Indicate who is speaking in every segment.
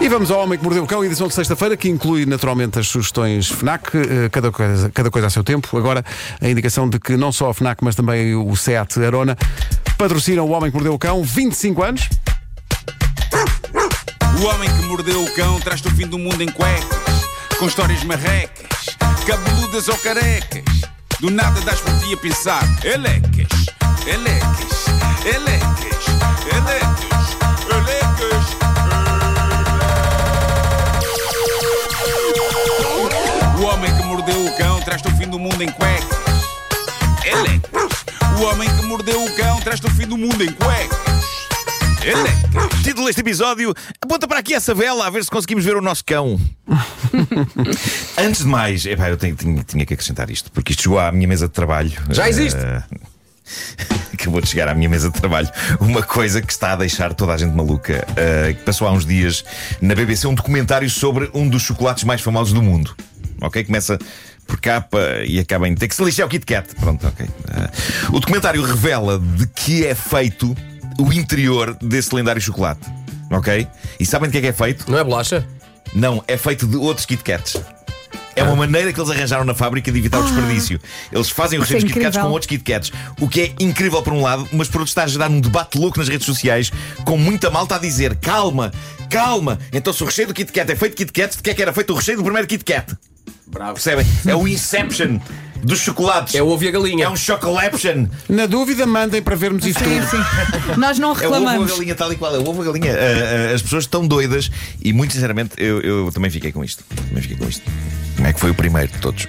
Speaker 1: E vamos ao Homem que Mordeu o Cão, edição de sexta-feira, que inclui naturalmente as sugestões FNAC, eh, cada coisa, cada coisa a seu tempo. Agora, a indicação de que não só a FNAC, mas também o SEAT Arona patrocinam o Homem que Mordeu o Cão, 25 anos.
Speaker 2: O homem que mordeu o cão traz-te o fim do mundo em cuecas, com histórias marrecas, cabeludas ou carecas. Do nada das por ti a pensar, elecas, elecas, elecas, elecas, elecas. O homem que mordeu o cão traz-te o fim do mundo em cuecas, elecas. O homem que mordeu o cão traz-te o fim do mundo em cuecas, elecas.
Speaker 3: Título deste episódio: aponta para aqui essa vela a ver se conseguimos ver o nosso cão. Antes de mais, epá, eu tenho- tinha, tinha que acrescentar isto, porque isto chegou à minha mesa de trabalho.
Speaker 4: Já existe?
Speaker 3: Eh, Acabou de chegar à minha mesa de trabalho uma coisa que está a deixar toda a gente maluca. eh, que passou há uns dias na BBC um documentário sobre um dos chocolates mais famosos do mundo. Ok? Começa por capa e acaba em ter que se lixar o Kit Kat. Pronto, ok. Eh, o documentário revela de que é feito o interior desse lendário chocolate. Ok? E sabem de que é que é feito?
Speaker 4: Não é bolacha?
Speaker 3: Não, é feito de outros Kit Kats. É
Speaker 5: Ah.
Speaker 3: uma maneira que eles arranjaram na fábrica de evitar o desperdício. Eles fazem os
Speaker 5: Isso é
Speaker 3: seus Kit Kats com
Speaker 5: incrível.
Speaker 3: outros Kit Kats. O que é incrível por um lado, mas por outro está a gerar um debate louco nas redes sociais, com muita malta a dizer: calma, calma. Então se o recheio do Kit Kat é feito de Kit Kats, de que é que era feito o recheio do primeiro Kit Kat? Bravo. Percebem? É o Inception dos chocolates.
Speaker 4: É o ovo e a galinha.
Speaker 3: É um Chocolaption.
Speaker 1: Na dúvida, mandem para vermos isto
Speaker 5: Sim,
Speaker 1: tudo.
Speaker 5: sim. Nós
Speaker 3: É o ovo
Speaker 5: não
Speaker 3: a
Speaker 5: reclamamos.
Speaker 3: galinha tal e qual, é o ovo a galinha. Ah, ah, as pessoas estão doidas e, muito sinceramente, eu, eu também fiquei com isto. Também fiquei com isto. Como é que foi o primeiro de todos?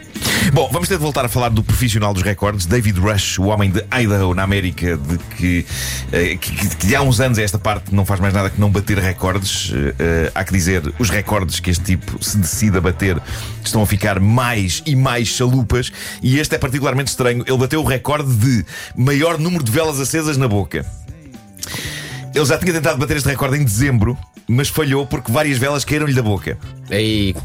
Speaker 3: Bom, vamos ter de voltar a falar do profissional dos recordes, David Rush, o homem de Idaho, na América, de que, eh, que, que- que há uns anos a esta parte não faz mais nada que não bater recordes. Eh, eh, há que dizer, os recordes que este tipo se decide a bater estão a ficar mais e mais chalupas, e este é particularmente estranho. Ele bateu o recorde de maior número de velas acesas na boca. Ele já tinha tentado bater este recorde em dezembro, mas falhou porque várias velas caíram-lhe da boca.
Speaker 4: Ei,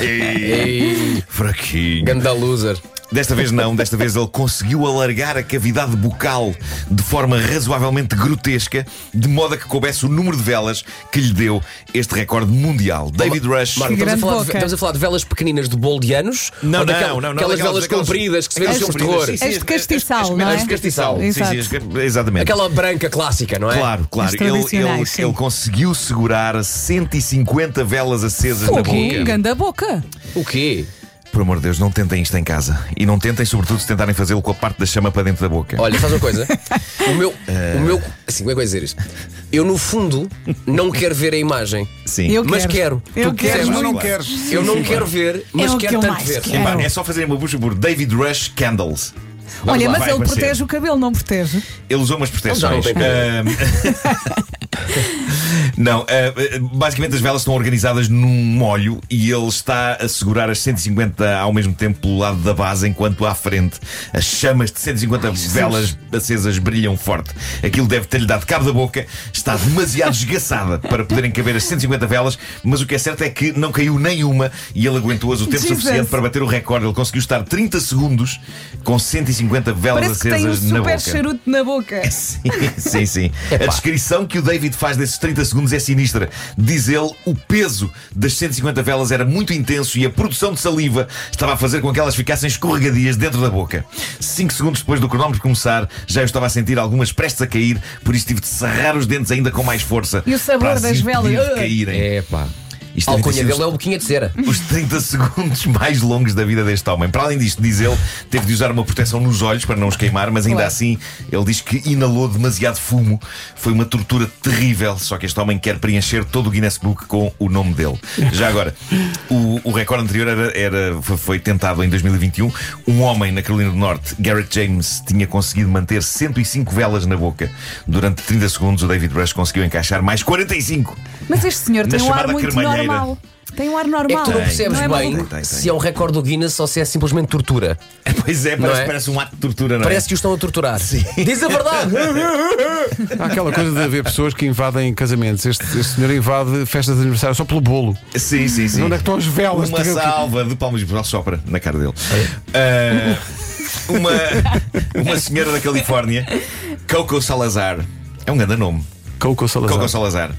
Speaker 4: ei,
Speaker 3: Fraquinho.
Speaker 4: ganda loser.
Speaker 3: Desta vez não, desta vez ele conseguiu alargar a cavidade bucal de forma razoavelmente grotesca, de modo a que coubesse o número de velas que lhe deu este recorde mundial. David Rush.
Speaker 4: Marco, estamos a,
Speaker 5: Grande
Speaker 4: falar de,
Speaker 5: boca.
Speaker 4: estamos a falar de velas pequeninas de bolo de anos?
Speaker 3: Não,
Speaker 4: Ou daquela-
Speaker 3: não, não, não, daquelas-
Speaker 4: Aquelas velas
Speaker 3: daquelas-
Speaker 4: compridas que se vê no
Speaker 3: As-
Speaker 4: filme de terror.
Speaker 3: sim, sim,
Speaker 5: Este castiçal, não é?
Speaker 4: as de castiçal.
Speaker 3: Sim, sim,
Speaker 5: Exato.
Speaker 3: as- exatamente.
Speaker 4: É Aquela branca clássica, não é?
Speaker 3: Claro, claro.
Speaker 5: As
Speaker 3: Ele, ele,
Speaker 5: tradicionais, sim.
Speaker 3: ele conseguiu segurar 150 velas acesas na boca.
Speaker 5: Fogo, ganda boca.
Speaker 4: O quê?
Speaker 3: Por amor de Deus, não tentem isto em casa. E não tentem, sobretudo, se tentarem fazê-lo com a parte da chama para dentro da boca.
Speaker 4: Olha, faz uma coisa. o meu. O meu. Assim, como é que eu ia dizer isto? Eu, no fundo, não quero ver a imagem.
Speaker 3: Sim.
Speaker 5: eu
Speaker 4: mas
Speaker 5: quero.
Speaker 4: quero.
Speaker 5: Eu
Speaker 4: Tu
Speaker 5: quero,
Speaker 1: Queres,
Speaker 4: percebes?
Speaker 1: mas não
Speaker 3: Claro.
Speaker 1: queres.
Speaker 4: Eu não quero ver, mas
Speaker 5: É o que
Speaker 4: quero
Speaker 5: eu
Speaker 4: tanto
Speaker 5: mais
Speaker 4: ver.
Speaker 5: quero.
Speaker 3: Epá, é só fazer uma busca por David Rush Candles. Vamos
Speaker 5: Olha,
Speaker 3: lá,
Speaker 5: mas
Speaker 3: vai
Speaker 5: ele
Speaker 3: aparecer.
Speaker 5: protege o cabelo, não protege?
Speaker 3: Ele usou umas
Speaker 4: Ele já não
Speaker 3: proteções.
Speaker 4: tem
Speaker 3: Ahm, não, ah, basicamente as velas estão organizadas num molho e ele está a segurar as 150 ao mesmo tempo pelo lado da base, enquanto à frente as chamas de 150 velas acesas brilham forte. Aquilo deve ter-lhe dado cabo da boca, está demasiado esgaçada para poderem caber as 150 velas, mas o que é certo é que não caiu nenhuma e ele aguentou-as o tempo
Speaker 5: Jesus.
Speaker 3: suficiente para bater o recorde. Ele conseguiu estar 30 segundos com 150 velas
Speaker 5: Parece que tem um
Speaker 3: acesas na
Speaker 5: super
Speaker 3: boca.
Speaker 5: charuto na boca.
Speaker 3: Sim, sim, sim.
Speaker 4: Epá.
Speaker 3: A descrição que o David faz desses 30 segundos é sinistra. Diz ele, o peso das 150 velas era muito intenso e a produção de saliva estava a fazer com que elas ficassem escorregadias dentro da boca. 5 segundos depois do cronómetro começar, já eu estava a sentir algumas prestes a cair, por isso tive de serrar os dentes ainda com mais força.
Speaker 5: E o sabor
Speaker 3: para as
Speaker 5: das
Speaker 3: impedir
Speaker 5: velas.
Speaker 3: de caírem.
Speaker 4: É pá.
Speaker 3: Isto
Speaker 4: A
Speaker 3: deve ter
Speaker 4: alcunha
Speaker 3: sido
Speaker 4: dele é o boquinha de cera.
Speaker 3: os 30 segundos mais longos da vida deste homem. Para além disto, diz ele, teve de usar uma proteção nos olhos para não os queimar, mas ainda
Speaker 5: Claro.
Speaker 3: assim ele diz que inalou demasiado fumo. Foi uma tortura terrível, só que este homem quer preencher todo o Guinness Book com o nome dele. Já agora, o, o recorde anterior era, era- foi- foi tentado em 2021. Um homem na Carolina do Norte, Garrett James, tinha conseguido manter 105 velas na boca. Durante 30 segundos, o David Brush conseguiu encaixar mais 45.
Speaker 5: Mas este senhor
Speaker 3: Na
Speaker 5: tem um ar
Speaker 3: chamada
Speaker 5: muito
Speaker 3: cremalheira.
Speaker 5: normal. Tem um ar
Speaker 4: É
Speaker 5: normal.
Speaker 4: que tu não
Speaker 3: Tem,
Speaker 4: percebes
Speaker 5: não é
Speaker 4: bem
Speaker 5: maluco?
Speaker 3: Tem, tem,
Speaker 4: se
Speaker 3: tem.
Speaker 4: é um recorde do Guinness ou se é simplesmente tortura.
Speaker 3: Pois é,
Speaker 4: Não
Speaker 3: parece,
Speaker 4: é?
Speaker 3: parece um ato de tortura, não é?
Speaker 4: Parece que o estão a torturar. Diz a verdade.
Speaker 1: Há aquela coisa de haver pessoas que invadem casamentos. Este, este senhor invade festas de aniversário só pelo bolo.
Speaker 3: Sim, sim, sim.
Speaker 1: Onde é que estão as velas?
Speaker 3: Uma salva de palmas de Portugal sopra na cara dele. Ah, uma, uma senhora da Califórnia, Coco Salazar. É um grande nome.
Speaker 1: Coco Salazar.
Speaker 3: Coco Salazar.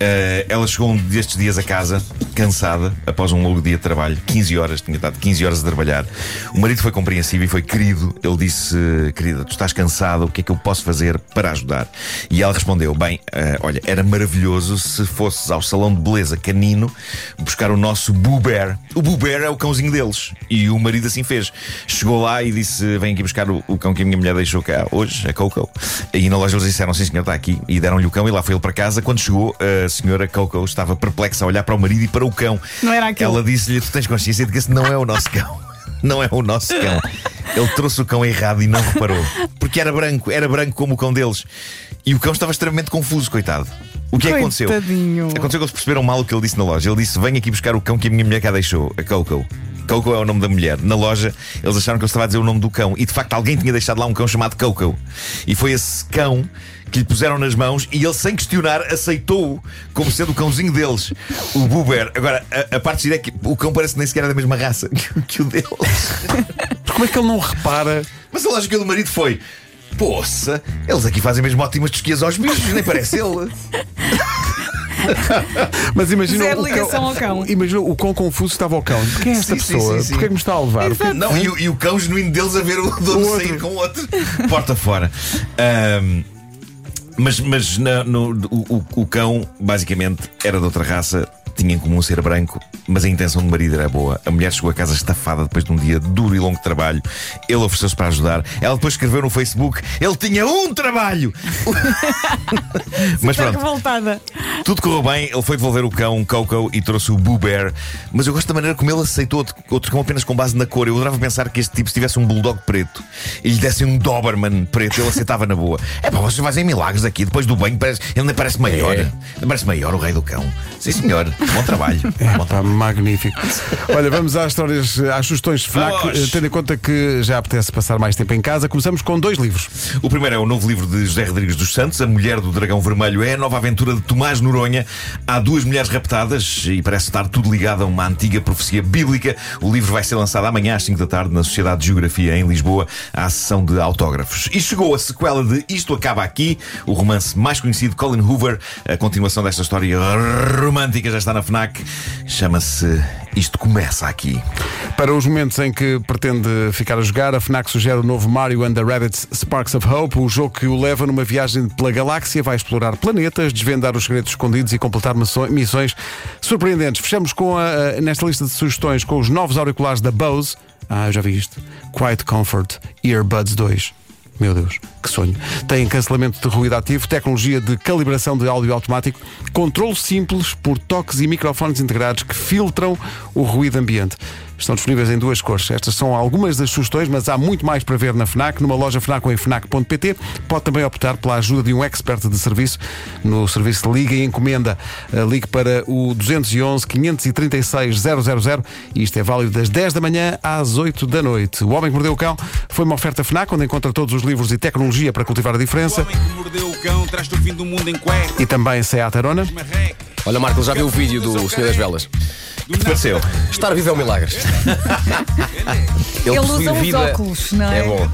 Speaker 3: Eh, ela chegou um destes dias a casa, cansada, após um longo dia de trabalho, 15 horas, tinha estado 15 horas a trabalhar. O marido foi compreensivo e foi querido. Ele disse: Querida, tu estás cansada, o que é que eu posso fazer para ajudar? E ela respondeu: Bem, eh, olha, era maravilhoso se fosses ao salão de beleza canino buscar o nosso Boo Bear. O Boo Bear é o cãozinho deles. E o marido assim fez. Chegou lá e disse: Vem aqui buscar o, o cão que a minha mulher deixou cá hoje, a Coco. E na loja eles disseram: Sim, senhor, está aqui. E deram-lhe o cão e lá foi ele para casa. Quando chegou, a senhora Coco estava perplexa a olhar para o marido e para o cão.
Speaker 5: Não era aquele.
Speaker 3: Ela disse-lhe: Tu tens consciência de que esse não é o nosso cão. Não é o nosso cão. Ele trouxe o cão errado e não reparou. Porque era branco, era branco como o cão deles. E o cão estava extremamente confuso, coitado. O que é que aconteceu?
Speaker 5: Coitadinho.
Speaker 3: Aconteceu que eles perceberam mal o que ele disse na loja. Ele disse: Venha aqui buscar o cão que a minha mulher cá deixou, a Coco. Coco é o nome da mulher. Na loja, eles acharam que ele estava a dizer o nome do cão. E de facto, alguém tinha deixado lá um cão chamado Coco. E foi esse cão que lhe puseram nas mãos e ele, sem questionar, aceitou-o como sendo o cãozinho deles, o Buber. Agora, a, a parte gira é que o cão parece que nem sequer é da mesma raça que, o- que o deles.
Speaker 1: Mas como é que ele não repara?
Speaker 3: Mas a lógica do marido foi. Poça, eles aqui fazem mesmo ótimas tosquias aos bichos, nem parece ele.
Speaker 1: Mas imagina
Speaker 5: Zero
Speaker 1: o
Speaker 5: ligação
Speaker 1: cão,
Speaker 5: ao cão.
Speaker 1: Imagina o quão confuso estava o cão. Quem é esta
Speaker 3: Sim, sim,
Speaker 1: pessoa?
Speaker 3: sim, sim.
Speaker 1: Porquê é que me está a levar?
Speaker 3: Não, e, o- e o cão genuíno deles a ver o dono
Speaker 1: O outro.
Speaker 3: sair com o outro porta fora. Ahm, mas mas na- no, o, o- o cão, basicamente, era de outra raça, tinha em comum ser branco, mas a intenção do marido era boa. A mulher chegou a casa estafada depois de um dia duro e longo de trabalho. Ele ofereceu-se para ajudar. Ela depois escreveu no Facebook: ele tinha um trabalho! mas
Speaker 5: Está
Speaker 3: pronto,
Speaker 5: revoltada.
Speaker 3: tudo correu bem, ele foi devolver o cão, Coco, e trouxe o Boo Bear. Mas eu gosto da maneira como ele aceitou outro- outro cão apenas com base na cor. Eu adorava pensar que este tipo, se tivesse um bulldog preto e lhe dessem um Doberman preto, ele aceitava na boa. É pá, vocês fazem milagres aqui. Depois do banho, parece, ele nem parece maior.
Speaker 4: É.
Speaker 3: Não parece maior o rei do cão. Sim, senhor. Bom trabalho. Bom
Speaker 1: Pá, tá magnífico. Olha, vamos às histórias, às sugestões FNAC,
Speaker 3: Vamos.
Speaker 1: eh, tendo em conta que já apetece passar mais tempo em casa. Começamos com dois livros.
Speaker 3: O primeiro é o novo livro de José Rodrigues dos Santos, A Mulher do Dragão Vermelho. É a nova aventura de Tomás Noronha. Há duas mulheres raptadas e parece estar tudo ligado a uma antiga profecia bíblica. O livro vai ser lançado amanhã às 5 da tarde na Sociedade de Geografia em Lisboa, à sessão de autógrafos. E chegou a sequela de Isto Acaba Aqui, o romance mais conhecido de Colin Hoover. A continuação desta história romântica já está na FNAC. Chama-se Isto Começa Aqui.
Speaker 1: Para os momentos em que pretende ficar a jogar, a FNAC sugere o novo Mario and the Rabbits Sparks of Hope, o jogo que o leva numa viagem pela galáxia, vai explorar planetas, desvendar os segredos escondidos e completar maço- missões surpreendentes. Fechamos com a- a- nesta lista de sugestões com os novos auriculares da Bose. Ah, eu já vi isto. Quiet Comfort Earbuds 2. Meu Deus, que sonho. Tem cancelamento de ruído ativo, tecnologia de calibração de áudio automático, controle simples por toques e microfones integrados que filtram o ruído ambiente. Estão disponíveis em duas cores. Estas são algumas das sugestões, mas há muito mais para ver na FNAC, numa loja FNAC ou em FNAC.pt. Pode também optar pela ajuda de um expert de serviço no serviço Liga e Encomenda. Eh, Ligue para o 211 536 000 e isto é válido das 10 da manhã às 8 da noite. O Homem que Mordeu o Cão foi uma oferta FNAC, onde encontra todos os livros e tecnologia para cultivar a
Speaker 2: O
Speaker 1: diferença.
Speaker 2: homem que mordeu o cão traz-te o fim do mundo em cuecas.
Speaker 1: E também Seat Arona.
Speaker 2: marrecas.
Speaker 4: Olha, Marco, já viu o vídeo do Senhor das Velas?
Speaker 2: Do nada
Speaker 3: Pareceu.
Speaker 4: Estar vivo é um milagre.
Speaker 5: Ele
Speaker 4: possui
Speaker 5: usa uns
Speaker 4: vida.
Speaker 5: óculos, não é?
Speaker 4: É bom.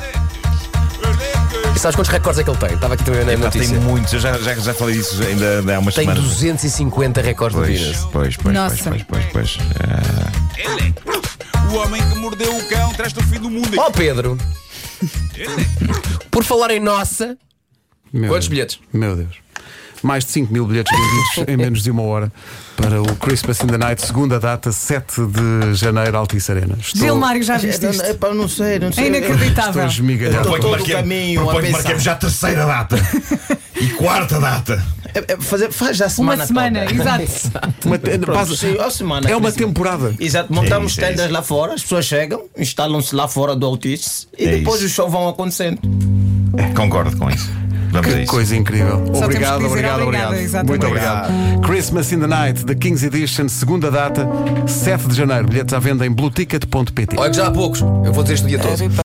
Speaker 4: E sabes quantos recordes é que ele tem? Estava aqui também na
Speaker 3: Pá, tem
Speaker 4: notícia.
Speaker 3: muitos, eu já, já, já falei disso ainda, ainda há umas
Speaker 4: Tem
Speaker 3: semanas.
Speaker 4: 250 recordes de
Speaker 3: Pois,
Speaker 4: Guinness.
Speaker 3: pois, pois,
Speaker 5: Nossa.
Speaker 3: pois, pois, pois, pois. Ah,
Speaker 2: é, O homem que mordeu o cão traz-te o fim do mundo em
Speaker 4: Ó Pedro, por falar em nossa,
Speaker 1: Meu
Speaker 4: Quantos
Speaker 1: Deus.
Speaker 4: bilhetes?
Speaker 1: Meu Deus. Mais de 5 mil bilhetes vendidos em menos de uma hora para o Christmas in the Night, segunda data, 7 de janeiro, Altice Arena. Estou,
Speaker 5: Gilmário, já
Speaker 4: É,
Speaker 5: viste
Speaker 6: Não, não,
Speaker 5: isto?
Speaker 6: epá, eu não sei, não
Speaker 5: É
Speaker 6: sei.
Speaker 1: estou
Speaker 5: inacreditável.
Speaker 1: esmigalhado.
Speaker 6: Todo
Speaker 3: Proponho que
Speaker 6: o
Speaker 3: marquemos-
Speaker 6: caminho a
Speaker 3: proponho que
Speaker 6: pensar.
Speaker 3: marquemos já a terceira data e quarta data.
Speaker 6: É- é fazer- faz já a semana.
Speaker 5: Uma semana,
Speaker 6: toda.
Speaker 5: exato.
Speaker 1: Uma-
Speaker 6: Pronto,
Speaker 1: faz-
Speaker 6: sim, a semana.
Speaker 1: é uma temporada.
Speaker 6: Exato, montamos
Speaker 3: Sim, sim,
Speaker 6: tendas
Speaker 3: sim.
Speaker 6: lá fora, as pessoas chegam, instalam-se lá fora do Altice e
Speaker 3: É
Speaker 6: depois
Speaker 3: isso.
Speaker 6: os shows vão acontecendo.
Speaker 3: É, Concordo com isso. Vamos a
Speaker 1: Que
Speaker 3: isso.
Speaker 1: coisa incrível.
Speaker 5: que
Speaker 1: Obrigado,
Speaker 5: dizer
Speaker 1: obrigado,
Speaker 5: obrigada,
Speaker 1: obrigado.
Speaker 5: exatamente.
Speaker 1: Muito obrigado. Christmas in the Night, The Kings Edition, segunda data, 7 de janeiro. Bilhetes à venda em blueticket.pt.
Speaker 4: olha que já há poucos. Eu vou dizer isto o dia todo.